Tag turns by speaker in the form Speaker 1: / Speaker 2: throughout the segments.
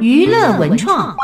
Speaker 1: 娱乐文创。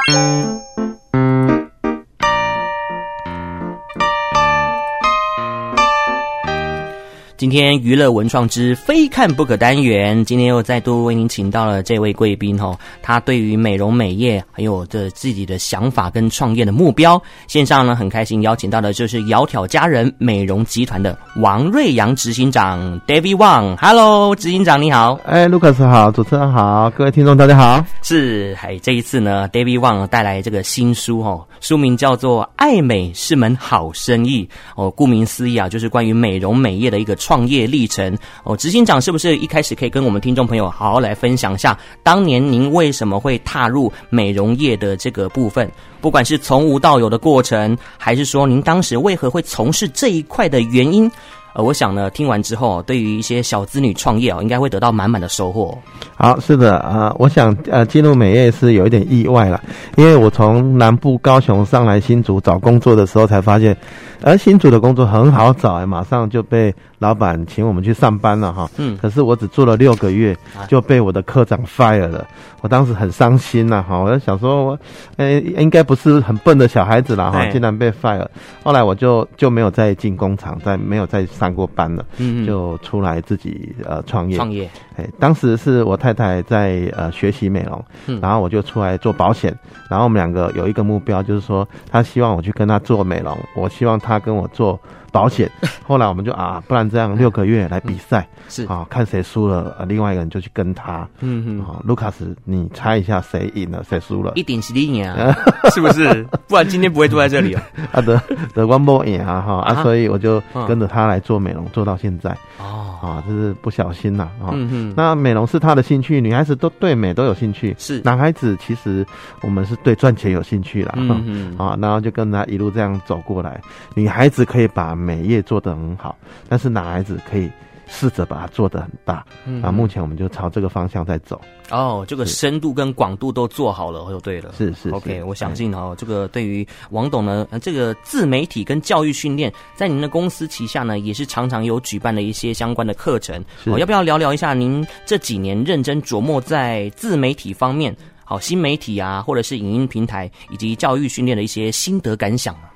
Speaker 2: 今天娱乐文创之非看不可单元，今天又再度为您请到了这位贵宾哦，他对于美容美业还有这自己的想法跟创业的目标，线上呢很开心邀请到的就是窈窕佳人美容集团的王瑞阳执行长 David Wang。Hello，执行长你好。
Speaker 3: 哎，Lucas 好，主持人好，各位听众大家好。
Speaker 2: 是，哎，这一次呢，David Wang 带来这个新书哦，书名叫做《爱美是门好生意》哦，顾名思义啊，就是关于美容美业的一个创业历程哦。执行长是不是一开始可以跟我们听众朋友好好来分享一下，当年您为什么会踏入美容业的这个部分？不管是从无到有的过程，还是说您当时为何会从事这一块的原因？呃，我想呢，听完之后，对于一些小资女创业哦，应该会得到满满的收获。
Speaker 3: 好，是的，啊、我想呃进入美业是有一点意外了，因为我从南部高雄上来新竹找工作的时候才发现，而新竹的工作很好找、哎，马上就被老板请我们去上班了哈。
Speaker 2: 嗯
Speaker 3: 可是我只做了六个月
Speaker 2: 啊
Speaker 3: 就被我的科长 fire 了，我当时很伤心呐、哈，我就想说我，呃、应该不是很笨的小孩子啦哈，
Speaker 2: 对
Speaker 3: 竟然被 fire，后来我就就没有再进工厂，再没有再上过班了，
Speaker 2: 嗯
Speaker 3: 就出来自己呃创业。
Speaker 2: 创业，
Speaker 3: 哎，当时是我太太在呃学习美容，
Speaker 2: 嗯
Speaker 3: 然后我就出来做保险，然后我们两个有一个目标，就是说她希望我去跟她做美容，我希望她跟我做 保险。后来我们就啊，不然这样六个月来比赛，
Speaker 2: 是
Speaker 3: 啊，看谁输了、呃另外一个人就去跟他。
Speaker 2: 嗯嗯，
Speaker 3: 啊，卢卡斯，你猜一下谁赢了，谁输了？
Speaker 2: 一顶是你啊， 是不是？不然今天不会坐在这里哦。
Speaker 3: 啊，得得 one more 赢啊哈
Speaker 2: 啊
Speaker 3: 啊，所以我就跟着他来做美容，做到现在
Speaker 2: 哦，
Speaker 3: 啊，这是不小心呐啊。
Speaker 2: 嗯嗯，
Speaker 3: 那美容是他的兴趣，女孩子都对美都有兴趣，
Speaker 2: 是，
Speaker 3: 男孩子其实我们是对赚钱有兴趣啦，
Speaker 2: 嗯嗯，
Speaker 3: 啊，然后就跟他一路这样走过来。女孩子可以把美业做得很好，但是男孩子可以试着把它做得很大、
Speaker 2: 嗯
Speaker 3: 啊。目前我们就朝这个方向在走，
Speaker 2: 哦，这个深度跟广度都做好了就哦对了。
Speaker 3: 是是是
Speaker 2: OK，我相
Speaker 3: 哎
Speaker 2: 信哦，这个对于王董呢，呃这个自媒体跟教育训练，在您的公司旗下呢，也是常常有举办的一些相关的课程。
Speaker 3: 是
Speaker 2: 哦，要不要聊聊一下您这几年认真琢磨在自媒体方面，好新媒体啊，或者是影音平台以及教育训练的一些心得感想啊？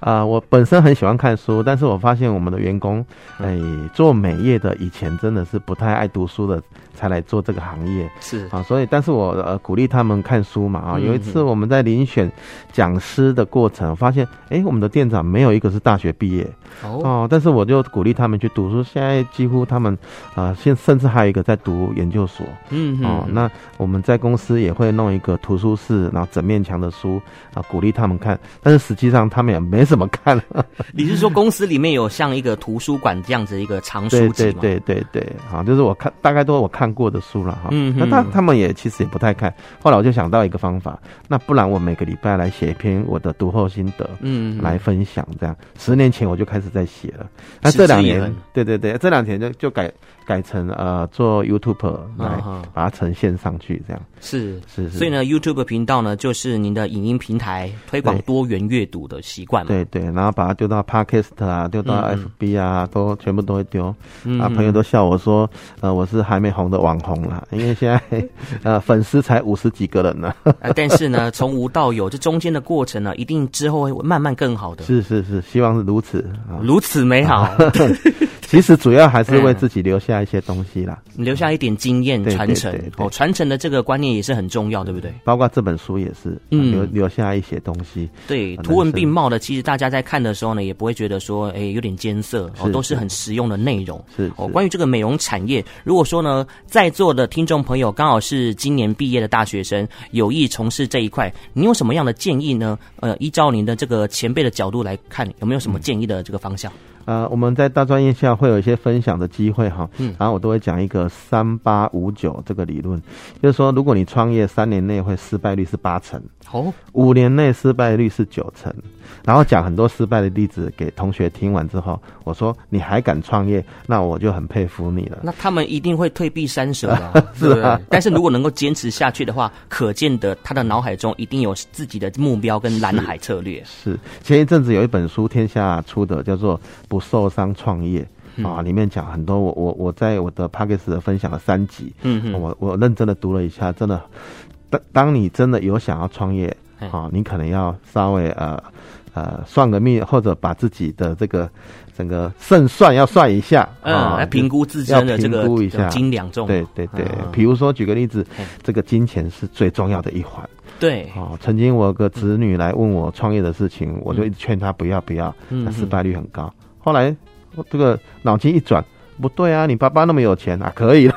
Speaker 3: 啊、我本身很喜欢看书，但是我发现我们的员工，哎、
Speaker 2: 嗯
Speaker 3: 做美业的以前真的是不太爱读书的，才来做这个行业。
Speaker 2: 是
Speaker 3: 啊，所以但是我呃鼓励他们看书嘛啊。
Speaker 2: 嗯
Speaker 3: 有一次我们在遴选讲师的过程，发现诶我们的店长没有一个是大学毕业
Speaker 2: 哦，
Speaker 3: 哦，但是我就鼓励他们去读书。现在几乎他们啊，现、甚至还有一个在读研究所
Speaker 2: 嗯
Speaker 3: 哦。
Speaker 2: 嗯，
Speaker 3: 那我们在公司也会弄一个图书室，然后整面墙的书啊，鼓励他们看。但是实际上他们也没怎么看，
Speaker 2: 你是说公司里面有像一个图书馆这样子一个藏书
Speaker 3: 对
Speaker 2: 籍
Speaker 3: 对
Speaker 2: 吗？
Speaker 3: 对对对，啊，就是我看大概都是我看过的书了哈。
Speaker 2: 嗯
Speaker 3: 那
Speaker 2: 嗯
Speaker 3: 他他们也其实也不太看。后来我就想到一个方法，那不然我每个礼拜来写一篇我的读后心得。
Speaker 2: 嗯，嗯
Speaker 3: 来分享这样，十年前我就开始在写了。那
Speaker 2: 持
Speaker 3: 这两
Speaker 2: 之以
Speaker 3: 年
Speaker 2: 恒，
Speaker 3: 对对对，这两年就就改改成呃做 YouTube 来
Speaker 2: 啊哈
Speaker 3: 把它呈现上去，这样
Speaker 2: 是。
Speaker 3: 是是。
Speaker 2: 所以呢，YouTube 频道呢，就是您的影音平台推广
Speaker 3: 对
Speaker 2: 多元阅读的习惯嘛。
Speaker 3: 对对，然后把它丢到 Podcast 啊，丢到
Speaker 2: 嗯
Speaker 3: FB 啊，都全部都会丢。
Speaker 2: 嗯，
Speaker 3: 啊，
Speaker 2: 嗯
Speaker 3: 朋友都笑我说，呃，我是还没红的网红啦，因为现在呃粉丝才五十几个 人呢。
Speaker 2: 呃但是呢，从无到有，这中间的过程呢，一定之后会慢慢更好的。
Speaker 3: 是是是，希望是如此啊。
Speaker 2: 如此美 好，
Speaker 3: 其实主要还是
Speaker 2: 嗯
Speaker 3: 为自己留下一些东西啦，
Speaker 2: 留下一点经验
Speaker 3: 对对
Speaker 2: 传承
Speaker 3: 对对
Speaker 2: 哦，传承的这个观念也是很重要，对不对？
Speaker 3: 包括这本书也是，啊
Speaker 2: 嗯
Speaker 3: 留留下一些东西。
Speaker 2: 对，
Speaker 3: 啊
Speaker 2: 图文
Speaker 3: 男生
Speaker 2: 并茂的，其实大家在看的时候呢，也不会觉得说，哎，有点艰涩哦，
Speaker 3: 是
Speaker 2: 都是很实用的内容。
Speaker 3: 是
Speaker 2: 哦，
Speaker 3: 是
Speaker 2: 关于这个美容产业，如果说呢，在座的听众朋友刚好是今年毕业的大学生，有意从事这一块，你有什么样的建议呢？呃，依照您的这个前辈的角度来看，有没有什么建议的这个方向？
Speaker 3: 呃，我们在大专院校会有一些分享的机会哈，
Speaker 2: 嗯
Speaker 3: 然后我都会讲一个三八五九这个理论，就是说，如果你创业三年内会失败率是八成，
Speaker 2: 哦，
Speaker 3: 五年内失败率是九成，然后讲很多失败的例子给同学听完之后，我说你还敢创业，那我就很佩服你了。
Speaker 2: 那他们一定会退避三舍的 啊、对不对？但是如果能够坚持下去的话，可见的他的脑海中一定有自己的目标跟蓝海策略。
Speaker 3: 是前一阵子有一本书天下出的，叫做《不受伤创业》。
Speaker 2: 嗯
Speaker 3: 啊，里面讲很多，我我我在我的 p a c k a g e 分享了三集，
Speaker 2: 嗯嗯，
Speaker 3: 我我认真的读了一下，真的当当你真的有想要创业，
Speaker 2: 嘿
Speaker 3: 啊，你可能要稍微呃呃算个命，或者把自己的这个整个胜算要算一下，
Speaker 2: 嗯，
Speaker 3: 啊，
Speaker 2: 来评估自
Speaker 3: 要
Speaker 2: 身的这个
Speaker 3: 评估一下
Speaker 2: 斤两重嘛，
Speaker 3: 对对对
Speaker 2: 嗯，
Speaker 3: 比如说举个例子
Speaker 2: 嘿，
Speaker 3: 这个金钱是最重要的一环。
Speaker 2: 对，
Speaker 3: 哦，曾经我有个子女来问我创业的事情，我就一直劝他不要不要，
Speaker 2: 嗯
Speaker 3: 那失败率很高。后来我这个脑筋一转，不对啊，你爸爸那么有钱啊，可以了。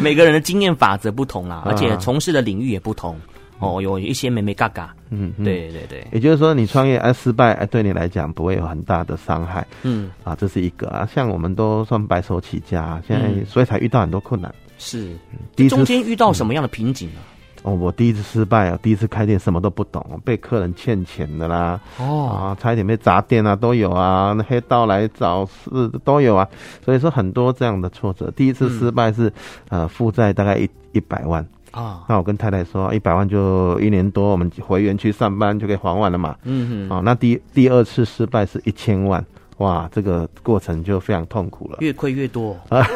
Speaker 2: 每个人的经验法则不同啦，
Speaker 3: 嗯
Speaker 2: 而且从事的领域也不同。哦，有一些美美嘎嘎，
Speaker 3: 嗯，嗯。
Speaker 2: 对对对，
Speaker 3: 也就是说，你创业哎、失败哎、对你来讲不会有很大的伤害
Speaker 2: 嗯，
Speaker 3: 啊，这是一个啊。像我们都算白手起家、啊现在、
Speaker 2: 嗯
Speaker 3: 所以才遇到很多困难。
Speaker 2: 是。
Speaker 3: 第一次
Speaker 2: 中间遇到什么样的瓶颈啊呢？
Speaker 3: 哦，我第一次失败啊，第一次开店什么都不懂，哦被客人欠钱的啦，
Speaker 2: 哦，
Speaker 3: 啊，差一点被砸店啊，都有啊，那黑道来找事都有啊，所以说很多这样的挫折。第一次
Speaker 2: 嗯
Speaker 3: 失败是，呃，负债大概一一百万，
Speaker 2: 啊，
Speaker 3: 那我跟太太说，一百万就一年多，我们回园区上班就可以还完了嘛。
Speaker 2: 嗯哼，
Speaker 3: 哦，那第第二次失败是一千万，哇，这个过程就非常痛苦了。
Speaker 2: 越亏越多。
Speaker 3: 啊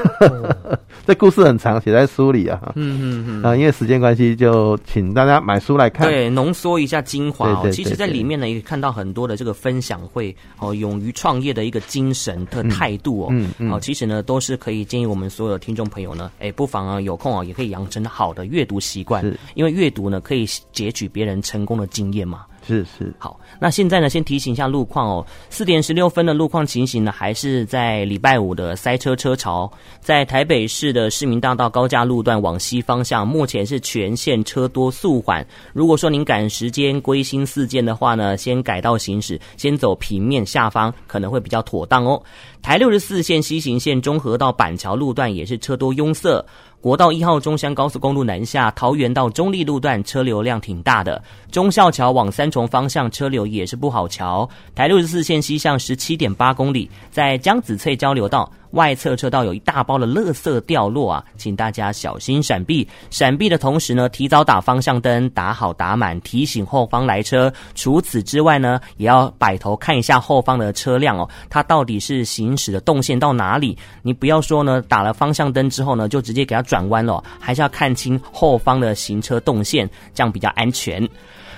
Speaker 3: 这故事很长，写在书里啊。
Speaker 2: 嗯哼
Speaker 3: 啊、因为时间关系，就请大家买书来
Speaker 2: 哼，
Speaker 3: 看。
Speaker 2: 对，浓缩一下精华哦。
Speaker 3: 对对对
Speaker 2: 其实，在里面呢，也看到很多的这个分享会哦，勇于创业的一个精神的态度哦。
Speaker 3: 嗯嗯
Speaker 2: 哦，其实呢，都是可以建议我们所有的听众朋友呢，哎，不妨啊有空啊，也可以养成好的阅读习惯
Speaker 3: 是，
Speaker 2: 因为阅读呢可以截取别人成功的经验嘛。
Speaker 3: 是是，
Speaker 2: 好，那现在呢，先提醒一下路况哦。四点十六分的路况情形呢，还是在礼拜五的塞车车潮，在台北市的市民大道高架路段往西方向，目前是全线车多速缓。如果说您赶时间归心似箭的话呢，先改道行驶，先走平面下方，可能会比较妥当哦。台六十四线西行线中和到板桥路段也是车多拥塞。国道一号中山高速公路南下，桃园到中立路段车流量挺大的。忠孝桥往三重方向车流也是不好瞧。台六十四线西向十七点八公里，在江子翠交流道外侧车道有一大包的垃圾掉落啊，请大家小心闪避。闪避的同时呢，提早打方向灯，打好打满，提醒后方来车。除此之外呢，也要摆头看一下后方的车辆哦，它到底是行驶的动线到哪里？你不要说呢，打了方向灯之后呢，就直接给它转弯了哦，还是要看清后方的行车动线，这样比较安全。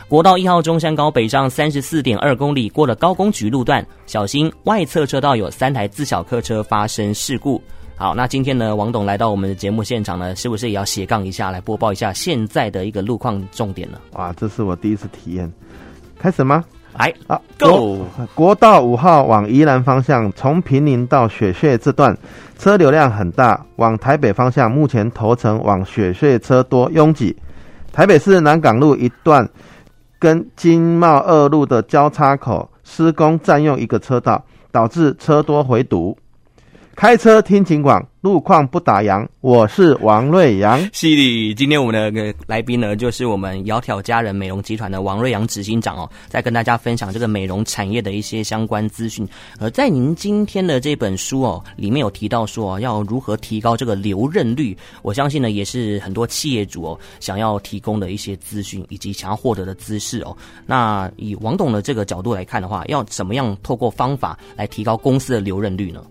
Speaker 2: 国道一号中山高北上三十四点二公里，过了高工局路段，小心外侧车道有三台自小客车发生事故。好，那今天呢，王董来到我们的节目现场呢，是不是也要斜杠一下来播报一下现在的一个路况重点呢？
Speaker 3: 哇，这是我第一次体验。开始吗？
Speaker 2: 来
Speaker 3: 啊
Speaker 2: ，Go！
Speaker 3: 国道五号往宜兰方向，从平林到雪穴这段车流量很大，往台北方向目前头城往雪穴车多拥挤。台北市南港路一段跟经贸二路的交叉口施工占用一个车道，导致车多回堵。开车听警广，路况不打烊。我是王瑞阳。
Speaker 2: 是的，今天我们的来宾呢，就是我们窈窕佳人美容集团的王瑞阳执行长哦，在跟大家分享这个美容产业的一些相关资讯。而在您今天的这本书哦，里面有提到说、哦、要如何提高这个留任率，我相信呢也是很多企业主哦想要提供的一些资讯以及想要获得的知识哦。那以王董的这个角度来看的话，要怎么样透过方法来提高公司的留任率呢？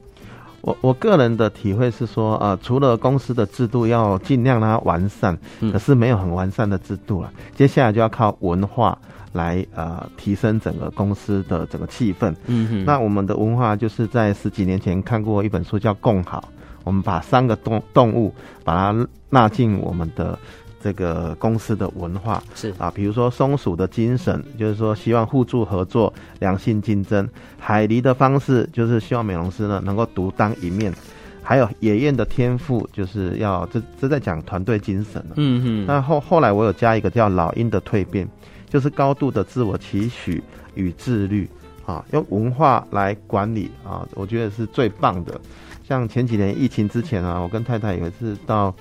Speaker 3: 我我个人的体会是说，呃，除了公司的制度要尽量让它完善，可是没有很完善的制度了。接下来就要靠文化来呃提升整个公司的整个气氛。
Speaker 2: 嗯哼，
Speaker 3: 那我们的文化就是在十几年前看过一本书叫《共好》，我们把三个动动物把它纳进我们的这个公司的文化。
Speaker 2: 是
Speaker 3: 啊，比如说松鼠的精神，就是说希望互助合作、良性竞争；海狸的方式就是希望美容师呢能够独当一面；还有野雁的天赋，就是要这这在讲团队精神啊了、
Speaker 2: 嗯哼。
Speaker 3: 那后后来我有加一个叫老鹰的蜕变，就是高度的自我期许与自律啊，用文化来管理啊，我觉得是最棒的。像前几年疫情之前啊，我跟太太有一次到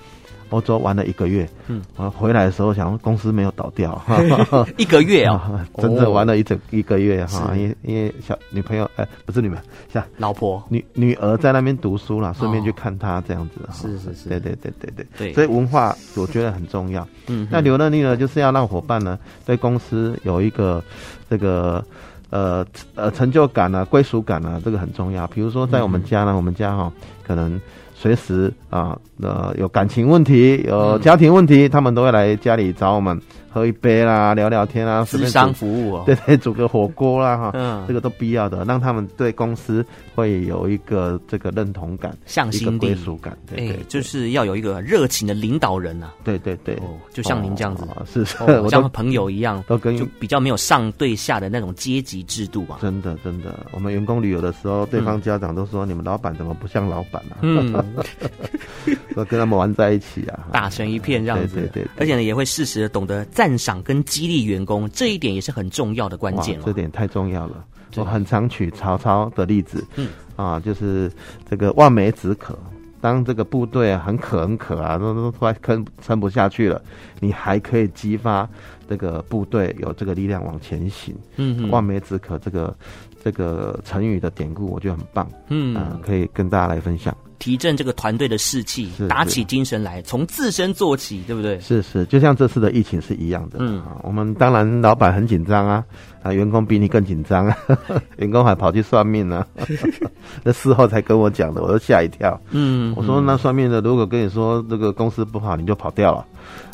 Speaker 3: 欧洲玩了一个月，
Speaker 2: 嗯，
Speaker 3: 我回来的时候想公司没有倒掉， 哈哈哈
Speaker 2: 一个月哦，
Speaker 3: 啊整整玩了一整一个月哈，
Speaker 2: 是
Speaker 3: 因为因为小女朋友哎、不是女朋友，小
Speaker 2: 老婆
Speaker 3: 女女儿在那边读书啦，顺便去看她这样子哈，
Speaker 2: 哦是是是
Speaker 3: 对对对对对。
Speaker 2: 对，
Speaker 3: 所以文化我觉得很重要。
Speaker 2: 嗯哼
Speaker 3: 那留任率呢，就是要让伙伴呢对公司有一个这个呃呃成就感啊、归属感啊，这个很重要。比如说在我
Speaker 2: 嗯
Speaker 3: 们家呢，我们家哈、可能随时啊呃有感情问题、有
Speaker 2: 嗯
Speaker 3: 家庭问题，他们都会来家里找我们喝一杯啦、聊聊天啊，
Speaker 2: 智
Speaker 3: 随便
Speaker 2: 商
Speaker 3: 煮
Speaker 2: 服务哦，
Speaker 3: 对对煮个火锅啦哈。
Speaker 2: 嗯，
Speaker 3: 这个都必要的，让他们对公司会有一个这个认同感，
Speaker 2: 向
Speaker 3: 一个
Speaker 2: 心
Speaker 3: 归
Speaker 2: 力，
Speaker 3: 属感。对
Speaker 2: 哎
Speaker 3: 对，
Speaker 2: 就是要有一个热情的领导人呐、
Speaker 3: 对对对，
Speaker 2: 哦，就像您这样子，
Speaker 3: 哦是是，
Speaker 2: 哦、
Speaker 3: 我
Speaker 2: 像
Speaker 3: 都嗯
Speaker 2: 朋友一样，
Speaker 3: 都跟
Speaker 2: 就比较没有上对下的那种阶级制度啊吧。
Speaker 3: 真的真的，我们员工旅游的时候，对方家长都说你们老板怎么不像老板啊？
Speaker 2: 嗯，
Speaker 3: 说跟他们玩在一起啊，
Speaker 2: 打成一片这样子，
Speaker 3: 对对对对
Speaker 2: 而且呢，也会适时的懂得赞赏跟激励员工，这一点也是很重要的关
Speaker 3: 哇
Speaker 2: 键哦
Speaker 3: 这点太重要了。
Speaker 2: 对
Speaker 3: 我很常举曹操的例子，
Speaker 2: 嗯
Speaker 3: 啊，就是这个望梅止渴。当这个部队啊很渴很渴啊，都都快撑撑不下去了，你还可以激发这个部队有这个力量往前行。
Speaker 2: 嗯
Speaker 3: 望
Speaker 2: 嗯
Speaker 3: 梅止渴这个这个成语的典故，我觉得很棒啊、
Speaker 2: 嗯，
Speaker 3: 可以跟大家来分享。
Speaker 2: 提振这个团队的士气
Speaker 3: 是，
Speaker 2: 打起精神来，从自身做起，对不对？
Speaker 3: 是是，就像这次的疫情是一样的。
Speaker 2: 嗯
Speaker 3: 啊，我们当然老板很紧张啊，啊，员工比你更紧张啊， 员工还跑去算 命呢、啊，那事后才跟我讲的，我都吓一跳。
Speaker 2: 嗯，
Speaker 3: 我说那算命的如果跟你说这个公司不好，你就跑掉了。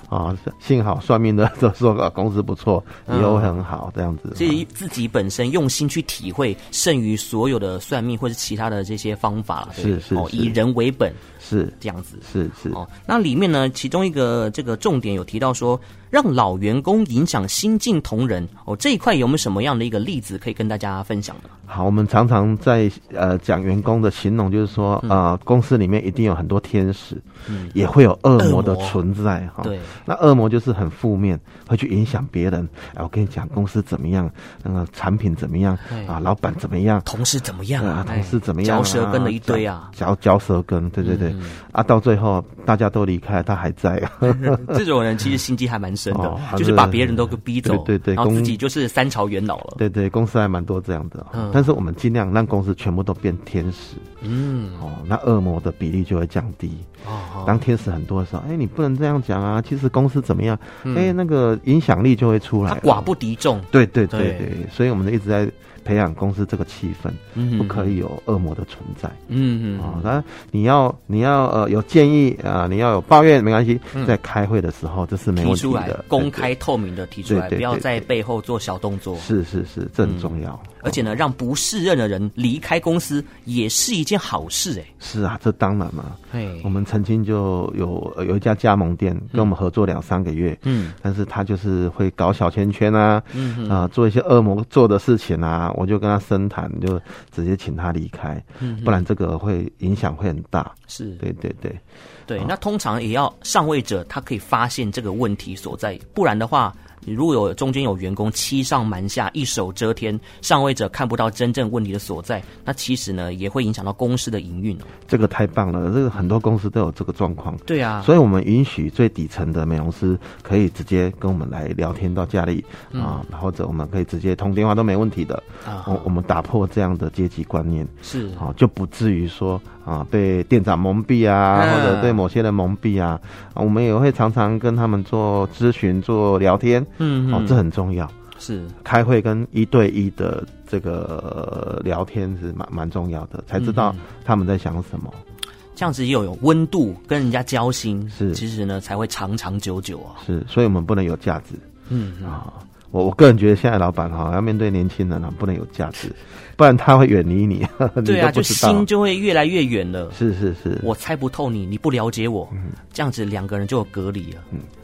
Speaker 3: 啊，幸好算命的都说啊公司不错，
Speaker 2: 嗯
Speaker 3: 以后会很好这样子。
Speaker 2: 所以自己本身用心去体会，胜于所有的算命或者其他的这些方法啦。对不对
Speaker 3: 是是
Speaker 2: 哦，
Speaker 3: 是
Speaker 2: 以人为本
Speaker 3: 是
Speaker 2: 这样子。
Speaker 3: 是是
Speaker 2: 哦，那里面呢，其中一个这个重点有提到说，让老员工影响新进同仁哦，这一块有没有什么样的一个例子可以跟大家分享的？
Speaker 3: 好，我们常常在呃讲员工的形容，就是说啊、呃公司里面一定有很多天使，
Speaker 2: 嗯
Speaker 3: 也会有恶魔
Speaker 2: 恶
Speaker 3: 的
Speaker 2: 魔
Speaker 3: 存在哈。
Speaker 2: 对，
Speaker 3: 那恶魔就是很负面，会去影响别人。哎，我跟你讲，公司怎么样，那个产品怎么样
Speaker 2: 哎
Speaker 3: 啊，老板怎么样。
Speaker 2: 同事怎么样
Speaker 3: 啊，同事怎么样、啊？
Speaker 2: 哎嚼舌根的一堆啊，嗯
Speaker 3: 嚼嚼舌根，对对对，啊，到最后大家都离开，他还在 啊，
Speaker 2: 这种人其实心机还蛮深的，
Speaker 3: 哦他
Speaker 2: 就是
Speaker 3: 是
Speaker 2: 把别人都给逼走，
Speaker 3: 对对对
Speaker 2: 然后
Speaker 3: 公
Speaker 2: 自己就是三朝元老了。
Speaker 3: 对对，公司还蛮多这样的，哦
Speaker 2: 嗯
Speaker 3: 但是我们尽量让公司全部都变天使，
Speaker 2: 嗯，
Speaker 3: 哦，那恶魔的比例就会降低。
Speaker 2: 哦，
Speaker 3: 当天使很多的时候，哎、你不能这样讲啊！其实公司怎么样？哎、那个影响力就会出来
Speaker 2: 嗯他寡
Speaker 3: 了。
Speaker 2: 不敌众，
Speaker 3: 对对对
Speaker 2: 对
Speaker 3: 对，所以我们一直在培养公司这个气氛，
Speaker 2: 嗯
Speaker 3: 不可以有恶魔的存在
Speaker 2: 嗯
Speaker 3: 啊
Speaker 2: 嗯。
Speaker 3: 那、你要你要呃有建议啊、你要有抱怨没关系，在开会的时候这是
Speaker 2: 嗯
Speaker 3: 没
Speaker 2: 提
Speaker 3: 问题
Speaker 2: 出来
Speaker 3: 的，，
Speaker 2: 公开透明的提出来，
Speaker 3: 对对对
Speaker 2: 不要在背后做小动作
Speaker 3: 对。是是是，这很重
Speaker 2: 嗯
Speaker 3: 要。哦
Speaker 2: 而且呢，让不适任的人离开公司也是一件好事，
Speaker 3: 是啊，这当然嘛。
Speaker 2: 哎，
Speaker 3: 我们曾经就有呃有一家加盟店跟我们合作两三个月，
Speaker 2: 嗯
Speaker 3: 但是他就是会搞小圈圈啊，
Speaker 2: 嗯
Speaker 3: 啊、做一些恶魔做的事情啊，我就跟他深谈，就直接请他离开，
Speaker 2: 嗯
Speaker 3: 不然这个会影响会很大。
Speaker 2: 是
Speaker 3: 对对对，
Speaker 2: 对。那通常也要上位者他可以发现这个问题所在，不然的话，如果有中间有员工欺上瞒下、一手遮天，上位者看不到真正问题的所在，那其实呢也会影响到公司的营运哦。
Speaker 3: 这个太棒了，这个很多公司都有这个状况。
Speaker 2: 对啊，
Speaker 3: 所以，我们允许最底层的美容师可以直接跟我们来聊天到家里
Speaker 2: 嗯
Speaker 3: 啊、或者我们可以直接通电话都没问题的。
Speaker 2: 啊
Speaker 3: 我我们打破这样的阶级观念，
Speaker 2: 是
Speaker 3: 啊，就不至于说啊被店长蒙蔽啊，
Speaker 2: 嗯
Speaker 3: 或者对某些人蒙蔽啊。啊我们也会常常跟他们做咨询、做聊天，
Speaker 2: 嗯
Speaker 3: 哦，这很重要。
Speaker 2: 是
Speaker 3: 开会跟一对一的这个呃聊天是蛮蛮重要的，才知
Speaker 2: 嗯
Speaker 3: 道他们在想什么。
Speaker 2: 这样子又有温度，跟人家交心，
Speaker 3: 是
Speaker 2: 其实呢才会长长久久啊。
Speaker 3: 是，所以我们不能有价值
Speaker 2: 嗯，
Speaker 3: 啊。我我个人觉得现在老板哈、要面对年轻人啊，不能有价值，不然他会远离你， 呵呵你
Speaker 2: 对
Speaker 3: 都
Speaker 2: 啊，
Speaker 3: 不
Speaker 2: 就
Speaker 3: 知道
Speaker 2: 心。就会越来越远了。
Speaker 3: 是是是，
Speaker 2: 我猜不透你，你不了解我，这样子两个人就有隔离了。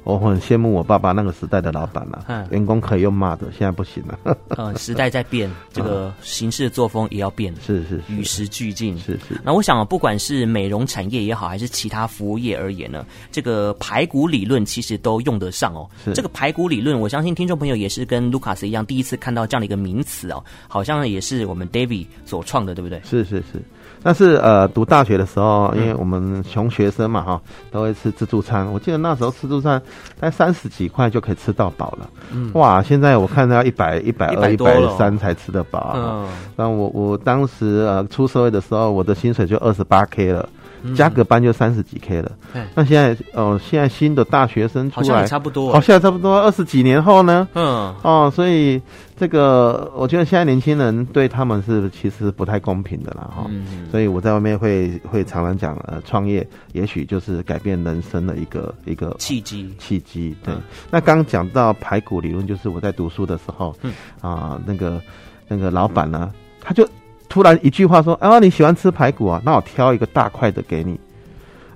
Speaker 3: 我很羡慕我爸爸那个时代的老板了、
Speaker 2: 嗯
Speaker 3: 员工可以用骂的，现在不行了、
Speaker 2: 呃，时代在
Speaker 3: 嗯
Speaker 2: 变，这个行事作风也要变，
Speaker 3: 是是
Speaker 2: 与
Speaker 3: 是
Speaker 2: 时俱进。
Speaker 3: 嗯是是，
Speaker 2: 那我想啊，不管是美容产业也好，还是其他服务业而言呢，这个排骨理论其实都用得上哦。
Speaker 3: 是
Speaker 2: 这个排骨理论，我相信听众朋友也是跟卢卡斯一样，第一次看到这样的一个名词哦，好像也是我们 David 所创的，对不对？
Speaker 3: 是是是。但是呃，读大学的时
Speaker 2: 嗯
Speaker 3: 候，因为我们穷学生嘛哈，都会吃自助餐。我记得那时候吃自助餐，才三十几块就可以吃到饱了。哇！现在我看到一百、一百二、
Speaker 2: 100
Speaker 3: 一
Speaker 2: 嗯多
Speaker 3: 百
Speaker 2: 了嗯
Speaker 3: 三才吃啊得饱啊。那、我我当时呃出社会的时候，我的薪水就二十八 k 了。
Speaker 2: 嗯
Speaker 3: 加个班就三十几 K 了。
Speaker 2: 对
Speaker 3: 那现在哦、现在新的大学生出
Speaker 2: 好像
Speaker 3: 来
Speaker 2: 也，差不多
Speaker 3: 好。像差不多二十几年后呢，
Speaker 2: 嗯，
Speaker 3: 哦，所以这个我觉得现在年轻人对他们是其实不太公平的啦哈、
Speaker 2: 嗯
Speaker 3: 所以我在外面会会常常讲，呃，创业也许就是改变人生的一个一个
Speaker 2: 契机，
Speaker 3: 契机。对，
Speaker 2: 嗯
Speaker 3: 那刚讲到排骨理论，就是我在读书的时候，
Speaker 2: 嗯
Speaker 3: 啊、那个那个老板呢，他就突然一句话说：“啊，你喜欢吃排骨啊？那我挑一个大块的给你。”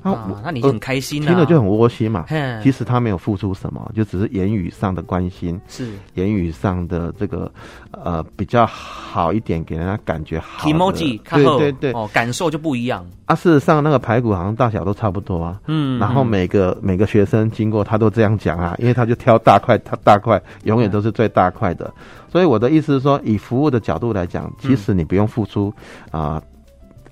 Speaker 2: 啊，那你就
Speaker 3: 我呃
Speaker 2: 很开心啊，
Speaker 3: 听了就很窝心嘛。
Speaker 2: 很
Speaker 3: 其
Speaker 2: 实
Speaker 3: 实他没有付出什么，就只是言语上的关心，
Speaker 2: 是
Speaker 3: 言语上的这个呃比较好一点，给人家感觉好的。
Speaker 2: emoji，看后
Speaker 3: 对对对，
Speaker 2: 哦，感受就不一样，
Speaker 3: 啊，事实上那个排骨好像大小都差不多啊。
Speaker 2: 嗯，
Speaker 3: 然后每个每个学生经过，他都这样讲啊，因为他就挑大块，他大块永远都是最大块的。所以我的意思是说，以服务的角度来讲，即
Speaker 2: 嗯
Speaker 3: 使你不用付出啊、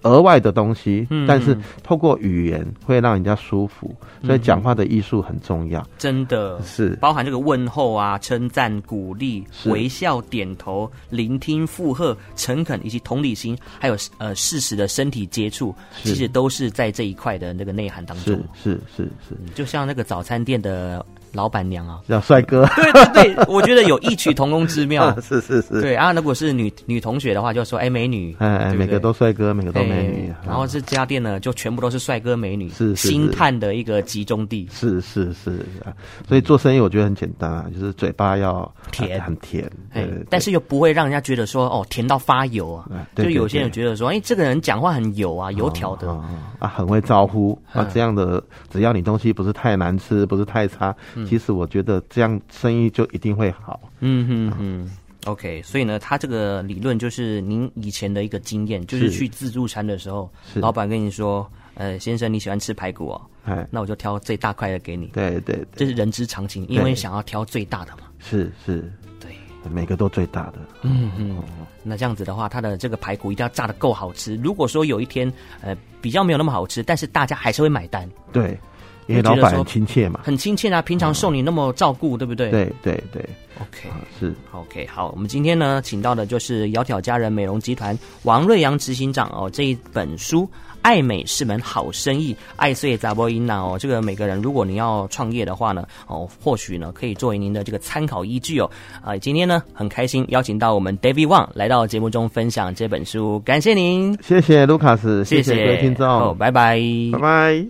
Speaker 3: 额外的东西，
Speaker 2: 嗯
Speaker 3: 但是透过语言会让人家舒服，所以
Speaker 2: 嗯
Speaker 3: 讲话的艺术很重要。
Speaker 2: 真的
Speaker 3: 是
Speaker 2: 包含这个问候啊、称赞、鼓励、
Speaker 3: 是
Speaker 2: 微笑、点头、聆听、附和、诚恳，以及同理心，还有呃适时的身体接触，
Speaker 3: 是
Speaker 2: 其实都是在这一块的那个内涵当
Speaker 3: 是
Speaker 2: 中。
Speaker 3: 是是是，，
Speaker 2: 嗯就像那个早餐店的老板娘啊
Speaker 3: 叫帅哥，。
Speaker 2: 对对对，我觉得有异曲同工之妙
Speaker 3: 是是 是，
Speaker 2: 对啊，如果是女女同学的话，就说哎美女，
Speaker 3: 哎
Speaker 2: 对
Speaker 3: 哎，
Speaker 2: 不
Speaker 3: 每
Speaker 2: 对
Speaker 3: 个都帅哥，每个都
Speaker 2: 哎
Speaker 3: 美女，
Speaker 2: 然后
Speaker 3: 啊
Speaker 2: 这家店呢，就全部都是帅哥美女，
Speaker 3: 是是
Speaker 2: 星
Speaker 3: 是
Speaker 2: 探的一个集中地。
Speaker 3: 是是是啊，所以做生意我觉得很简单啊，就是嘴巴要
Speaker 2: 甜
Speaker 3: 很甜，
Speaker 2: 哎
Speaker 3: 对对，
Speaker 2: 但是又不会让人家觉得说哦甜到发油啊，
Speaker 3: 啊
Speaker 2: 就
Speaker 3: 对对
Speaker 2: 有些人
Speaker 3: 对
Speaker 2: 觉得说，哎，这个人讲话很油啊，油条的，
Speaker 3: 啊啊，很会招呼啊
Speaker 2: 嗯，
Speaker 3: 这样的只要你东西不是太难吃，不是太差，其实我觉得这样生意就一定会好。
Speaker 2: 嗯哼哼。OK，所以呢，他这个理论就是您以前的一个经验，就是
Speaker 3: 是
Speaker 2: 去自助餐的时候，
Speaker 3: 是
Speaker 2: 老板跟你说，呃，先生你喜欢吃排骨哦，
Speaker 3: 哎，
Speaker 2: 那我就挑最大块的给你，
Speaker 3: 对对对，
Speaker 2: 这是人之常情，因为想要挑最大的嘛。
Speaker 3: 是是，
Speaker 2: 对，
Speaker 3: 每个都最大的。
Speaker 2: 嗯嗯，那这样子的话，它的这个排骨一定要炸的够好吃。如果说有一天，呃，比较没有那么好吃，但是大家还是会买单，
Speaker 3: 对，因为
Speaker 2: 就觉
Speaker 3: 老
Speaker 2: 得
Speaker 3: 板
Speaker 2: 说
Speaker 3: 很亲切嘛。
Speaker 2: 很亲切啊。平常受你那么照顾，对不对？
Speaker 3: 对对对，
Speaker 2: ，OK。
Speaker 3: 啊是
Speaker 2: OK，好，我们今天呢，请到的就是窈窕佳人美容集团王瑞阳执行长哦，这一本书《爱美是门好生意》，爱碎杂波音呐哦，这个每个人如果你要创业的话呢，哦，或许呢可以作为您的这个参考依据哦。啊、今天呢很开心邀请到我们 David Wang 来到节目中分享这本书，感谢您，
Speaker 3: 谢谢卢卡斯，谢
Speaker 2: 谢
Speaker 3: 各位听
Speaker 2: 哦
Speaker 3: 众，
Speaker 2: 拜拜，
Speaker 3: 拜拜。